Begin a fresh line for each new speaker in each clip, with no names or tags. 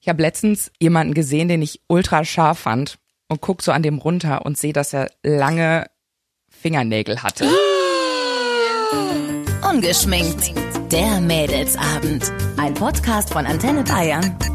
Ich habe letztens jemanden gesehen, den ich ultra scharf fand und guck so an dem runter und sehe, dass er lange Fingernägel hatte.
Ungeschminkt. Der Mädelsabend. Ein Podcast von Antenne Bayern.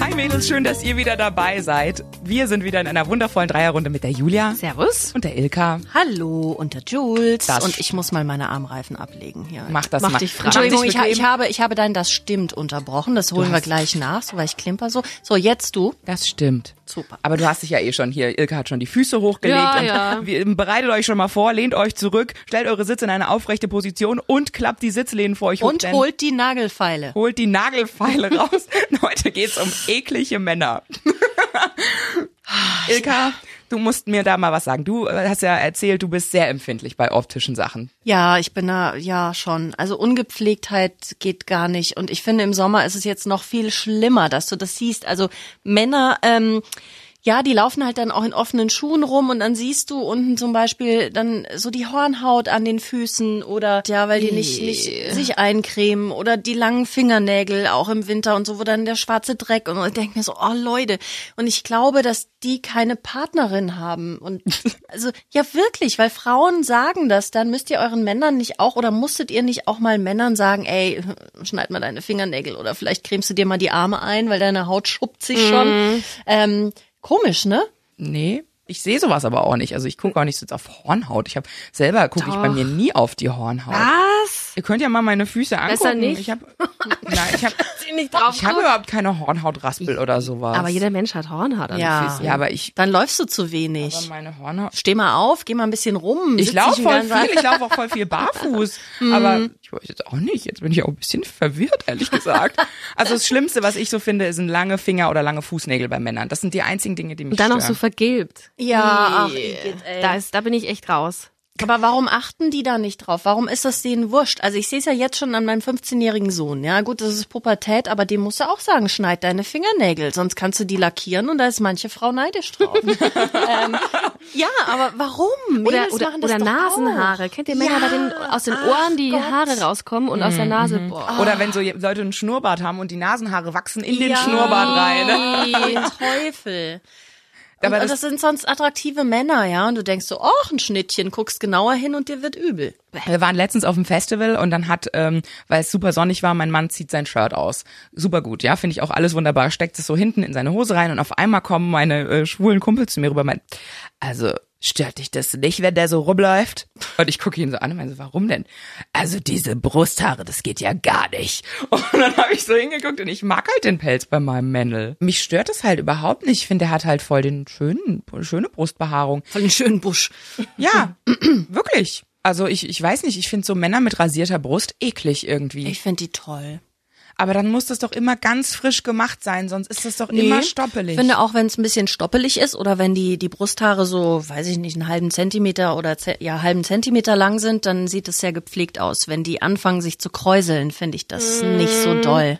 Hi Mädels, schön, dass ihr wieder dabei seid. Wir sind wieder in einer wundervollen Dreierrunde mit der Julia
Servus.
und der Ilka.
Hallo, und der Jules.
Das-
und ich muss mal meine Armreifen ablegen hier.
Mach das
mach
mal.
Dich frei.
Mach dich
Entschuldigung, ich, ha-
bequem.
ich, habe, ich habe dein Das stimmt unterbrochen. Das holen wir
hast-
gleich nach, so weil ich klimper so. So, jetzt du.
Das stimmt.
Super.
Aber du hast dich ja eh schon hier. Ilka hat schon die Füße hochgelegt.
Ja,
und
ja.
Wir, bereitet euch schon mal vor, lehnt euch zurück, stellt eure Sitze in eine aufrechte Position und klappt die Sitzlehnen vor euch hoch,
Und
denn
holt die Nagelfeile.
holt die Nagelfeile raus. Heute geht's um eklige Männer. Ilka, du musst mir da mal was sagen. Du äh, hast ja erzählt, du bist sehr empfindlich bei optischen Sachen.
Ja, ich bin da, ja, schon. Also Ungepflegtheit geht gar nicht. Und ich finde, im Sommer ist es jetzt noch viel schlimmer, dass du das siehst. Also Männer, ähm, ja, die laufen halt dann auch in offenen Schuhen rum und dann siehst du unten zum Beispiel dann so die Hornhaut an den Füßen oder ja, weil die nicht, nicht sich eincremen oder die langen Fingernägel auch im Winter und so, wo dann der schwarze Dreck und ich denke mir so, oh Leute. Und ich glaube, dass die keine Partnerin haben. Und also, ja wirklich, weil Frauen sagen das, dann müsst ihr euren Männern nicht auch oder musstet ihr nicht auch mal Männern sagen, ey, schneid mal deine Fingernägel oder vielleicht cremst du dir mal die Arme ein, weil deine Haut schuppt
Mhm.
sich schon. Ähm, komisch, ne?
Nee. Ich sehe sowas aber auch nicht. Also ich gucke auch nicht so jetzt auf Hornhaut. Ich habe selber gucke ich bei mir nie auf die Hornhaut.
Was?
Ihr könnt ja mal meine Füße angucken.
Besser nicht.
Ich habe Nein, ich habe
Nicht drauf
ich habe überhaupt keine Hornhautraspel oder sowas.
Aber jeder Mensch hat Hornhaut an
Ja.
den Füßen.
Ja, aber ich
Dann läufst du zu wenig.
aber meine Hornhaut
Steh mal auf, geh mal ein bisschen rum.
Ich
sitz
laufe
nicht den
voll
ganzen
viel, ich laufe auch voll viel barfuß.
Hm.
aber ich weiß jetzt auch nicht. Jetzt bin ich auch ein bisschen verwirrt, ehrlich gesagt. Also das Schlimmste, was ich so finde, sind lange Finger oder lange Fußnägel bei Männern. Das sind die einzigen Dinge, die mich
Und dann auch
stören.
so vergilbt.
Ja, Ah, ach,
Nee.
Igitt, ey.
da, ist, da bin ich echt raus.
Aber warum achten die da nicht drauf? Warum ist das denen wurscht? Also ich sehe es ja jetzt schon an meinem 15-jährigen Sohn. Ja, gut, das ist Pubertät, aber dem musst du auch sagen, schneid deine Fingernägel, sonst kannst du die lackieren und da ist manche Frau neidisch drauf. ähm, ja, aber warum?
Oder,
Mädels
oder,
machen das
oder
doch
Nasenhaare. Kennt ihr Männer, bei denen aus den Ohren die Haare rauskommen und aus der
Mhm.
Nase? Boah.
oder wenn so je- Leute einen Schnurrbart haben und die Nasenhaare wachsen in den
Ja.
Schnurrbart rein. ne?
Auch. Ey, Teufel. Und,
Aber
und
das,
das sind sonst attraktive Männer, ja. Und du denkst so, ach, ein Schnittchen, guckst genauer hin und dir wird übel.
wir waren letztens auf dem Festival und dann hat, ähm, weil es super sonnig war, mein Mann zieht sein Shirt aus. Super gut, ja, finde ich auch alles wunderbar. Steckt es so hinten in seine Hose rein und auf einmal kommen meine äh, schwulen Kumpels zu mir rüber. und meinen, also stört dich das nicht, wenn der so rumläuft? Und ich gucke ihn so an und meine so, warum denn? Also diese Brusthaare, das geht ja gar nicht. Und dann habe ich so hingeguckt und ich mag halt den Pelz bei meinem Männel. Mich stört das halt überhaupt nicht. Ich finde, der hat halt voll den schönen, schöne Brustbehaarung.
Voll den schönen Busch.
Ja, wirklich. Also ich, ich weiß nicht, ich finde so Männer mit rasierter Brust eklig irgendwie.
Ich finde die toll.
Aber dann muss das doch immer ganz frisch gemacht sein, sonst ist das doch
Nee.
immer stoppelig.
Ich finde auch, wenn es ein bisschen stoppelig ist oder wenn die, die Brusthaare so, weiß ich nicht, einen halben Zentimeter oder ze ja, halben Zentimeter lang sind, dann sieht es sehr gepflegt aus. Wenn die anfangen, sich zu kräuseln, finde ich das
Mm.
nicht so doll.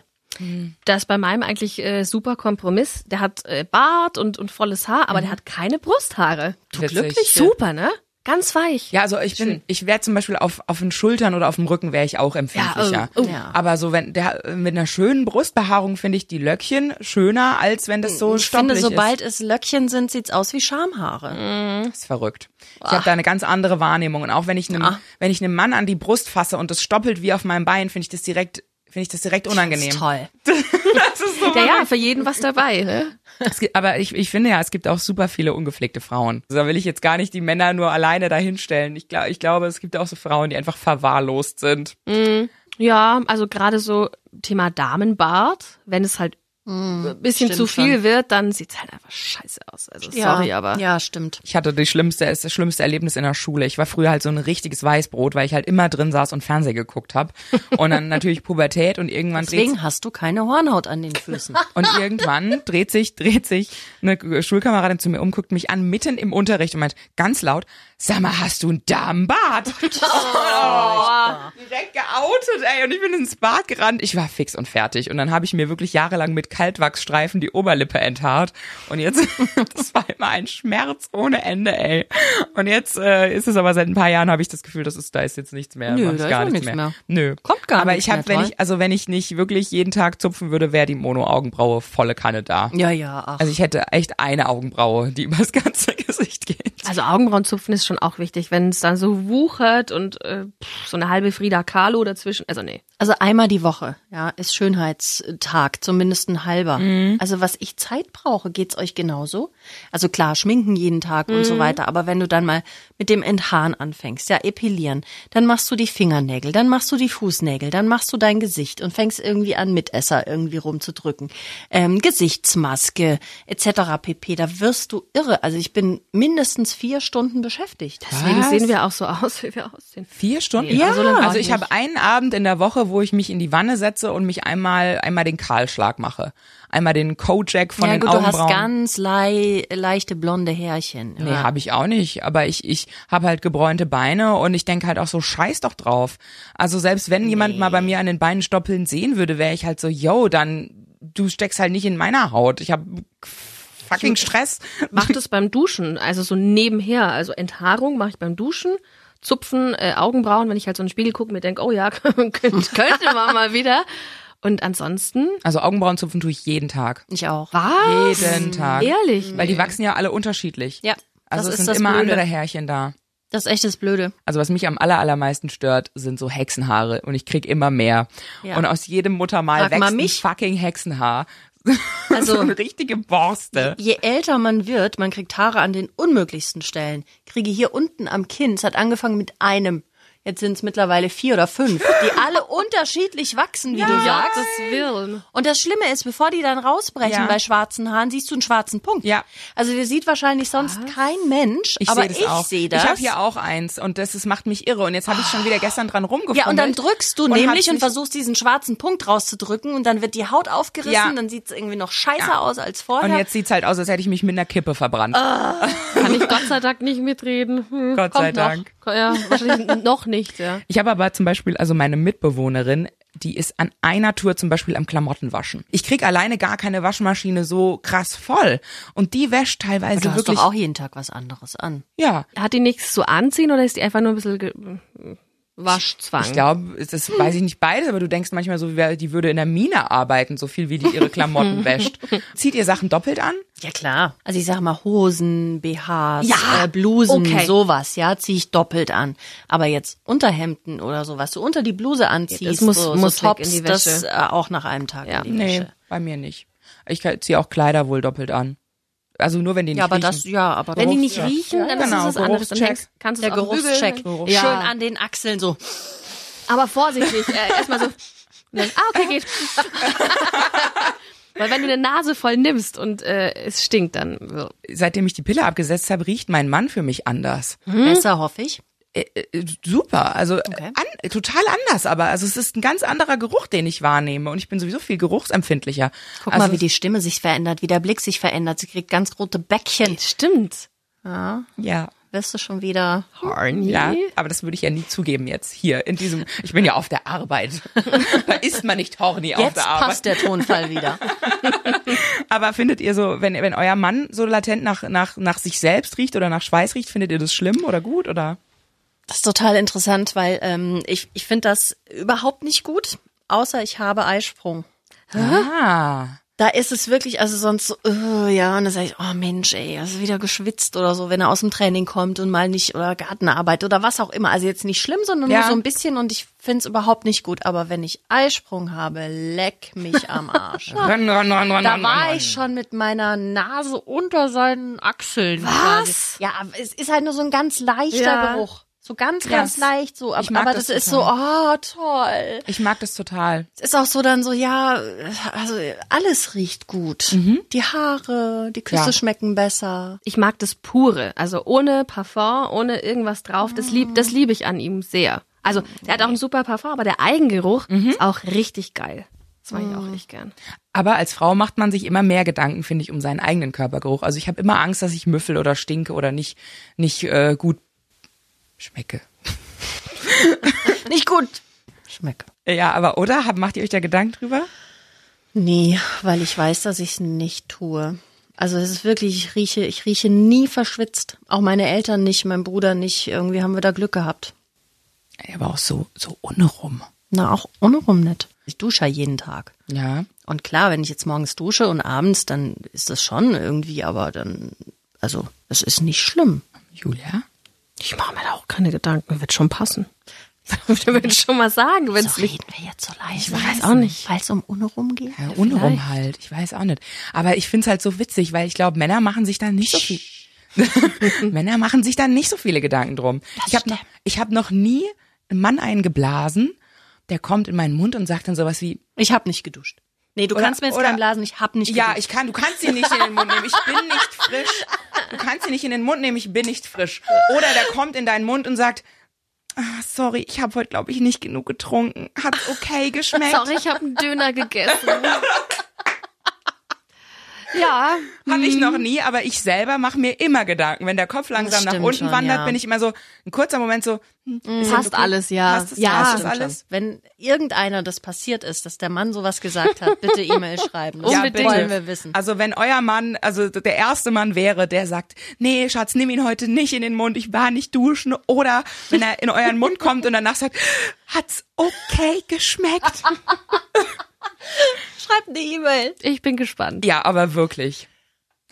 Das ist bei meinem eigentlich äh, super Kompromiss. Der hat äh, Bart und, und volles Haar,
Mhm.
aber der hat keine Brusthaare.
Du glücklich.
Super, ne? Ganz weich.
ja, also ich bin, ich wäre zum Beispiel auf, auf den Schultern oder auf dem Rücken wäre ich auch empfindlicher.
oh, oh.
Ja.
Aber so wenn der mit einer schönen Brustbehaarung finde ich die Löckchen schöner, als wenn das so
ich
stoppelig
finde,
ist. Mm.
sobald es Löckchen sind, sieht's aus wie Schamhaare.
Das ist verrückt. Ich habe da eine ganz andere Wahrnehmung. Und auch wenn ich einem, wenn ich einem Mann an die Brust fasse und das stoppelt wie auf meinem Bein, finde ich das direkt, finde ich das direkt unangenehm.
Ist toll.
Das ist so
Ja, ja, für jeden was dabei. Ne?
Es gibt, aber ich, ich finde ja, es gibt auch super viele ungepflegte Frauen. Also da will ich jetzt gar nicht die Männer nur alleine dahinstellen. Ich, glaub, ich glaube, es gibt auch so Frauen, die einfach verwahrlost sind.
Ja, also gerade so Thema Damenbart, wenn es halt ein bisschen
Mm, stimmt
zu viel
schon.
wird, dann sieht's halt einfach scheiße aus. Also sorry, aber
Ja, stimmt.
Ich hatte die schlimmste, das schlimmste Erlebnis in der Schule. Ich war früher halt so ein richtiges Weißbrot, weil ich halt immer drin saß und Fernsehen geguckt habe. Und dann natürlich Pubertät und irgendwann dreht
Deswegen hast du keine Hornhaut an den Füßen.
und irgendwann dreht sich, dreht sich eine Schulkameradin zu mir um, guckt mich an, mitten im Unterricht und meint ganz laut, sag mal, hast du einen Darmbad? Oh, direkt geoutet, ey. Und ich bin ins Bad gerannt. Ich war fix und fertig. Und dann habe ich mir wirklich jahrelang mit Kaltwachsstreifen die Oberlippe enthaart. Und jetzt, das war immer ein Schmerz ohne Ende, ey. Und jetzt äh, ist es aber seit ein paar Jahren, habe ich das Gefühl, das ist, da ist jetzt nichts mehr.
Nö,
Mach ich
da ist
gar
auch
nichts
nichts
mehr.
mehr.
Nö.
Kommt gar
aber
nichts
ich habe,
mehr,
wenn
toll.
ich, also wenn ich nicht wirklich jeden Tag zupfen würde, wäre die Mono-Augenbraue volle Kanne da.
Ja, ja, ach.
Also ich hätte echt eine Augenbraue, die übers ganze Gesicht geht.
Also Augenbrauenzupfen ist schon auch wichtig, wenn es dann so wuchert und äh, pff, so eine halbe Frida Kahlo dazwischen. Also nee.
Also einmal die Woche, ja, ist Schönheitstag, zumindest ein halber.
Mhm.
Also was ich Zeit brauche, geht's euch genauso? Also klar, schminken jeden Tag und
Mhm.
so weiter, aber wenn du dann mal mit dem Enthaaren anfängst, ja, epilieren, dann machst du die Fingernägel, dann machst du die Fußnägel, dann machst du dein Gesicht und fängst irgendwie an, Mitesser irgendwie rumzudrücken. Ähm, Gesichtsmaske, etc. pp. Da wirst du irre. Also ich bin mindestens vier Stunden beschäftigt.
Deswegen sehen wir auch so aus, wie wir aussehen.
Vier Stunden?
Ja,
also,
so lange brauch
also
ich
ich habe
nicht.
einen Abend in der Woche, wo ich mich in die Wanne setze und mich einmal einmal den Kahlschlag mache. Einmal den Kojak von
ja
den
gut, du
Augenbrauen.
hast ganz lei leichte blonde Härchen.
Nee,
ja.
habe ich auch nicht. Aber ich, ich habe halt gebräunte Beine und ich denke halt auch so, scheiß doch drauf. Also selbst wenn jemand mal bei mir an den Beinen stoppeln sehen würde, wäre ich halt so, yo, dann du steckst halt nicht in meiner Haut. Ich habe fucking Stress.
Macht es beim Duschen, also so nebenher. Also Enthaarung mache ich beim Duschen, Zupfen, äh, Augenbrauen, wenn ich halt so in den Spiegel gucke, mir denke, oh ja, könnte, könnte man mal wieder. Und ansonsten,
Also Augenbrauen zupfen tue ich jeden Tag.
Ich auch.
was?
Jeden Tag.
Ehrlich?
Weil die wachsen ja alle unterschiedlich.
Ja,
Also
das
es
ist
sind
das
immer
Blöde.
andere Härchen da.
Das ist echt das Blöde.
Also was mich am aller, allermeisten stört, sind so Hexenhaare und ich krieg immer mehr.
Ja.
Und aus jedem Muttermal
Frag mal
wächst ein
mich.
fucking Hexenhaar.
Also-
so eine richtige Borste.
Je älter man wird, man kriegt Haare an den unmöglichsten Stellen. Kriege hier unten am Kinn, es hat angefangen mit einem. Jetzt sind es mittlerweile vier oder fünf, die alle unterschiedlich wachsen, wie
um
du sagst.
Das Willen.
Und das Schlimme ist, bevor die dann rausbrechen
Ja.
bei schwarzen Haaren, siehst du einen schwarzen Punkt.
Ja.
Also der sieht wahrscheinlich sonst kein Mensch,
Ich
aber
sehe das
ich
auch.
sehe das. Ah.
Ich habe hier auch eins und das, das macht mich irre. Und jetzt habe ich schon wieder gestern dran rumgefummelt.
Ja, und dann drückst du
und hab's
nämlich und
nicht-
versuchst diesen schwarzen Punkt rauszudrücken und dann wird die Haut aufgerissen,
Ja.
dann sieht's irgendwie noch scheiße aus als vorher.
Und jetzt sieht's halt aus, als hätte ich mich mit einer Kippe verbrannt.
Ah.
Kann ich Gott sei Dank nicht mitreden. Hm,
Gott sei
kommt noch.
Dank.
Ja, wahrscheinlich noch nicht, ja.
Ich habe aber zum Beispiel, also meine Mitbewohnerin, die ist an einer Tour zum Beispiel am Klamottenwaschen. Ich krieg alleine gar keine Waschmaschine so krass voll. Und die wäscht teilweise
du hast
wirklich.
doch auch jeden Tag was anderes an.
ja.
Hat die nichts zu anziehen oder ist die einfach nur ein bisschen ge- Waschzwang?
Ich glaube, das weiß ich nicht beides, aber du denkst manchmal so, wie wär- die würde in der Mine arbeiten, so viel wie die ihre Klamotten wäscht. Zieht ihr Sachen doppelt an?
Ja, klar. Also ich sag mal Hosen, BHs,
Ja,
äh, Blusen,
okay.
sowas, ja, zieh ich doppelt an. Aber jetzt Unterhemden oder so, was du unter die Bluse anziehst,
das muss-
so,
muss
so
weg in
Tops,
die
das
Wäsche.
äh, auch nach einem Tag
Ja.
in die Wäsche.
bei mir nicht. Ich ziehe auch Kleider wohl doppelt an. Also nur wenn die nicht
Ja, aber
riechen.
das, ja, aber
Wenn die
Geruch-
nicht
ja.
riechen, dann
Genau,
ist es was anderes. Dann
Geruchscheck.
hängst- kannst du
der
es auf den Bügel
Geruchscheck
hängen.
schön
Ja.
an den Achseln so.
Aber vorsichtig, äh, erstmal so. Dann, ah, okay, geht. Weil wenn du eine Nase voll nimmst und äh, es stinkt, dann.
Seitdem ich die Pille abgesetzt habe, riecht mein Mann für mich anders.
Besser hoffe ich.
Äh, äh, super, also äh, an, total anders, aber also es ist ein ganz anderer Geruch, den ich wahrnehme und ich bin sowieso viel geruchsempfindlicher.
Guck
also,
mal, wie die Stimme sich verändert, wie der Blick sich verändert. Sie kriegt ganz rote Bäckchen.
Stimmt.
ja.
Wirst du schon wieder.
Horny.
Ja, aber das würde ich ja nie zugeben jetzt hier in diesem. Ich bin ja auf der Arbeit. da ist man nicht horny auf
Jetzt
der Arbeit.
passt der Tonfall wieder.
Aber findet ihr so, wenn wenn euer Mann so latent nach nach nach sich selbst riecht oder nach Schweiß riecht, findet ihr das schlimm oder gut oder?
Das ist total interessant, weil ähm, ich, ich finde das überhaupt nicht gut, außer ich habe Eisprung.
Ah.
Da ist es wirklich, also sonst so, äh, ja, und dann sage ich, oh Mensch, ey, hast du wieder geschwitzt oder so, wenn er aus dem Training kommt und mal nicht, oder Gartenarbeit oder was auch immer. Also jetzt nicht schlimm, sondern
Ja.
nur so ein bisschen und ich finde es überhaupt nicht gut. Aber wenn ich Eisprung habe, leck mich am Arsch.
Ran, ran, ran, ran,
Da
ran,
war
ran.
ich schon mit meiner Nase unter seinen Achseln. Was? Ja, es ist halt nur so ein ganz leichter
Ja.
Geruch. So ganz,
Krass.
ganz leicht so.
Ich
Aber,
mag
aber
das
das, ist so, oh, toll.
Ich mag das total.
Es ist auch so dann so, ja, also alles riecht gut. Die Haare, die Küsse
Ja.
schmecken besser.
Ich mag das Pure, also ohne Parfum, ohne irgendwas drauf. Das lieb,
Ah.
das liebe ich an ihm sehr.
Mhm.
Also der hat auch ein super Parfum, aber der Eigengeruch ist auch richtig geil. Das mag ich
Mhm.
auch echt gern.
Aber als Frau macht man sich immer mehr Gedanken, finde ich, um seinen eigenen Körpergeruch. Also ich habe immer Angst, dass ich müffel oder stinke oder nicht nicht äh, gut Schmecke.
Nicht gut. Schmeckt.
Ja, aber oder? Hab- Macht ihr euch da Gedanken drüber?
Nee, weil ich weiß, dass ich es nicht tue. Also es ist wirklich, ich rieche, ich rieche nie verschwitzt. Auch meine Eltern nicht, mein Bruder nicht. Irgendwie haben wir da Glück gehabt.
Ey, Aber auch so, so unrum.
Na, auch ohne rum nicht. Ich dusche ja jeden Tag.
Ja.
Und klar, wenn ich jetzt morgens dusche und abends, dann ist das schon irgendwie, aber dann, also es ist nicht schlimm.
Julia?
Ich mache mir da auch keine Gedanken, wird schon passen. Ich würde schon mal sagen, wenn es
So
nicht.
reden wir jetzt so leise.
weiß auch nicht.
Weil es um Unrum geht.
Ja, unrum halt. Ich weiß auch nicht. Aber ich find's halt so witzig, weil ich glaube, Männer machen sich da nicht so viel. Männer machen sich da nicht so viele Gedanken drum. ich habe noch, ich hab noch nie einen Mann einen geblasen, der kommt in meinen Mund und sagt dann sowas wie,
Ich habe nicht geduscht. Nee, du
Oder-
kannst mir jetzt
oder-
keinen blasen, ich habe nicht
ja,
geduscht.
ich kann, du kannst sie nicht in den Mund nehmen, ich bin nicht frisch. Du kannst sie nicht in den Mund nehmen, ich bin nicht frisch. Oder der kommt in deinen Mund und sagt, ah, sorry, ich habe heute, glaube ich, nicht genug getrunken. Hat okay geschmeckt.
Sorry, ich habe einen Döner gegessen. ja,
Habe ich
Hm.
noch nie, aber ich selber mache mir immer Gedanken. Wenn der Kopf langsam nach
stimmt
unten
schon,
wandert,
ja.
bin ich immer so, ein kurzer Moment so, hm, ist
passt
das okay?
alles, ja.
Passt das,
Ja,
passt das
stimmt
alles?
Wenn irgendeiner das passiert ist, dass der Mann sowas gesagt hat, bitte E-Mail schreiben. Das
Unbedingt.
wollen wir wissen.
Also wenn euer Mann, also der erste Mann wäre, der sagt, nee, Schatz, nimm ihn heute nicht in den Mund, ich war nicht duschen. Oder wenn er in euren Mund kommt und danach sagt, hat's okay geschmeckt.
Schreibt eine E-Mail.
ich bin gespannt.
Ja, aber wirklich.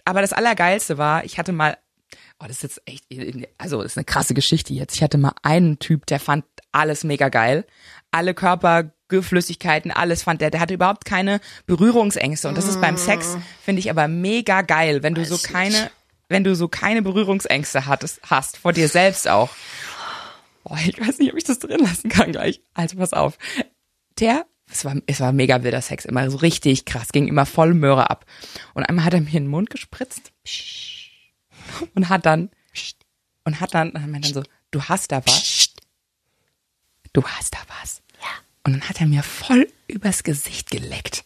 Aber das Allergeilste war, ich hatte mal, oh, das ist jetzt echt, also das ist eine krasse Geschichte jetzt. Ich hatte mal einen Typ, der fand alles mega geil. Alle Körperflüssigkeiten, alles fand der. Der hatte überhaupt keine Berührungsängste. Und das ist beim Sex, finde ich aber mega geil, wenn du so keine, wenn du so keine Berührungsängste hattest, hast, vor dir selbst auch. Boah, ich weiß nicht, ob ich das drin lassen kann gleich. Also pass auf. Der, es war, es war mega wilder Sex, immer so richtig krass, ging immer voll Möhre ab. Und einmal hat er mir in den Mund gespritzt und hat dann und hat dann, und hat dann so, du hast da was. Du hast da was. Und dann hat er mir voll übers Gesicht geleckt.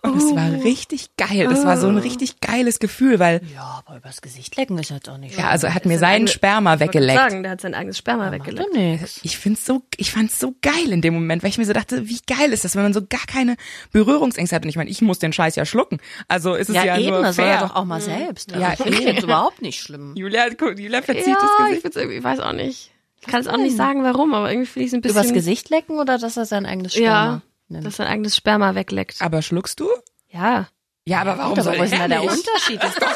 Und es war richtig geil. Das war so ein richtig geiles Gefühl, weil,
Ja, aber übers Gesicht lecken ist jetzt auch nicht
ja, also er hat mir
Sein
seinen
eigen-
Sperma
Ich wollte
weggeleckt.
Sagen, der hat sein eigenes Sperma weggeleckt.
nix.
Ich find's so, ich fand's so geil in dem Moment, weil ich mir so dachte, wie geil ist das, wenn man so gar keine Berührungsängste hat. Und ich meine, ich muss den Scheiß ja schlucken. Also ist es ja,
Ja, eben,
nur
das soll
fair. Mhm.
er doch auch mal selbst.
Ja,
also, ich finde es überhaupt nicht schlimm.
Julia, guck, Julia verzieht
ja,
das
ich,
Gesicht.
find's irgendwie- ich weiß auch nicht. Ich kann es auch nicht sagen, warum, aber irgendwie finde ich es ein bisschen.
Übers Gesicht lecken oder dass er sein eigenes
Ja,
Sperma nimmt?
dass sein eigenes Sperma wegleckt.
Aber schluckst du?
Ja.
Ja, aber warum
Gut, aber
soll
wo
ich
ist denn da der
nicht?
Unterschied? Das ist doch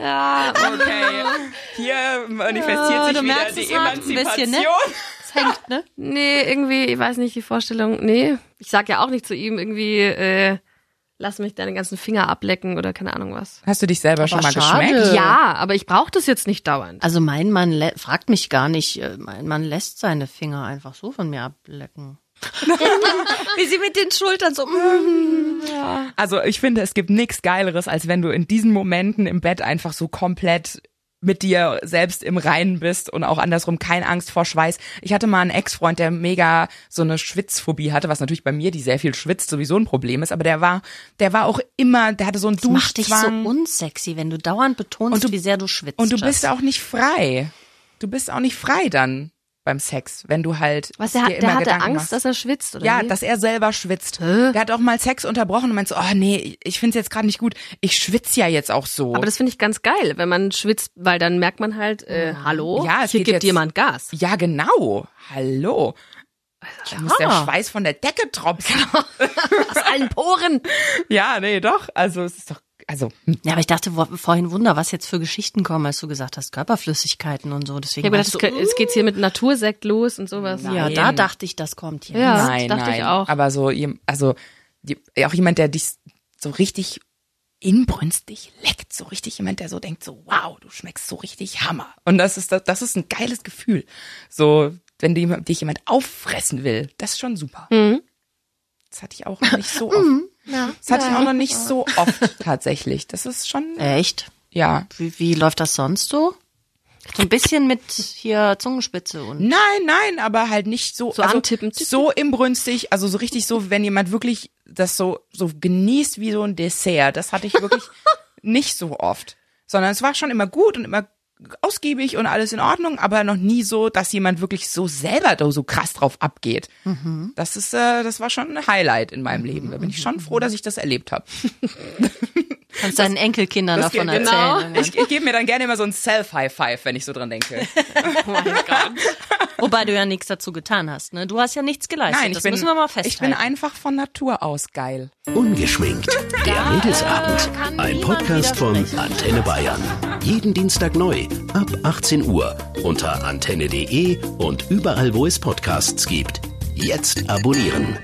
Ah.
Ja,
Okay, hier manifestiert
Ja,
sich
du
wieder
merkst,
die
es hakt ein
Emanzipation.
bisschen, ne? das hängt, ne?
nee, irgendwie, ich weiß nicht, die Vorstellung, nee. Ich sag ja auch nicht zu ihm irgendwie, äh, lass mich deine ganzen Finger ablecken oder keine Ahnung was.
Hast du dich selber schon mal
schade.
geschmeckt?
Äh.
Ja, aber ich brauche das jetzt nicht dauernd.
Also mein Mann lä- fragt mich gar nicht, äh, mein Mann lässt seine Finger einfach so von mir ablecken. Wie sie mit den Schultern so.
Also ich finde, es gibt nichts Geileres, als wenn du in diesen Momenten im Bett einfach so komplett mit dir selbst im Reinen bist und auch andersrum keine Angst vor Schweiß. Ich hatte mal einen Ex-Freund, der mega so eine Schwitzphobie hatte, was natürlich bei mir, die sehr viel schwitzt, sowieso ein Problem ist, aber der war, der war auch immer, der hatte so einen
Mach dich so
Duschzwang
unsexy, wenn du dauernd betonst,
Und du-
wie sehr du schwitzt.
und du bist
Jess.
auch nicht frei. Du bist auch nicht frei dann beim Sex, wenn du halt
Was,
dir
der, hat-
immer
der hatte
Gedanken
Angst,
machst.
dass er schwitzt, oder?
Ja,
wie?
dass er selber schwitzt. Der hat auch mal Sex unterbrochen und meint so, oh nee, ich find's jetzt gerade nicht gut. Ich schwitze ja jetzt auch so.
Aber das finde ich ganz geil, wenn man schwitzt, weil dann merkt man halt, äh, hallo,
Ja, es
hier
geht
gibt
jetzt-
jemand Gas.
ja, genau. Hallo. Da muss der
Ja.
Schweiß von der Decke tropfen.
Genau. Aus allen Poren.
Ja, nee, doch. Also es ist doch, also hm.
Ja, aber ich dachte wo, vorhin Wunder, was jetzt für Geschichten kommen, als du gesagt hast, Körperflüssigkeiten und so.
Ich
Deswegen
habe
war
gedacht, es
so,
geht- es geht's hier mit Natursekt los und sowas.
ja,
Nein.
da dachte ich, das kommt hier.
Ja.
nein,
dachte
nein.
ich auch.
Aber so, jem- also die- auch jemand, der dich so richtig inbrünstig leckt, so richtig jemand, der so denkt, so wow, du schmeckst so richtig Hammer. Und das ist das, das ist ein geiles Gefühl. So, wenn die- dich jemand auffressen will, das ist schon super.
Mhm.
Das hatte ich auch noch nicht so oft. Das hatte ich auch noch nicht so oft tatsächlich. Das ist schon,
Echt?
ja.
Wie, wie läuft das sonst so? So ein bisschen mit hier Zungenspitze und.
Nein, nein, aber halt nicht so,
also
So antippen.
so imbrünstig, also so richtig so, wenn jemand wirklich das so so genießt wie so ein Dessert. Das hatte ich wirklich nicht so oft, sondern es war schon immer gut und immer ausgiebig und alles in Ordnung, aber noch nie so, dass jemand wirklich so selber da so krass drauf abgeht.
Mhm.
Das ist, äh, das war schon ein Highlight in meinem Leben. Da bin ich schon froh, dass ich das erlebt habe.
Kannst deinen Enkelkindern
Das
davon
geht-
erzählen.
genau.
irgendwann.
Ich, ich gebe mir dann gerne immer so ein Self-High-Five, wenn ich so dran denke. oh
Wobei du ja nichts dazu getan hast. Ne? Du hast ja nichts geleistet.
Nein, ich
das
bin,
müssen wir mal
ich bin
festhalten.
einfach von Natur aus geil.
Ungeschminkt. Der Mädelsabend. Ein Podcast von Antenne Bayern. Jeden Dienstag neu ab 18 Uhr unter antenne.de und überall, wo es Podcasts gibt. Jetzt abonnieren.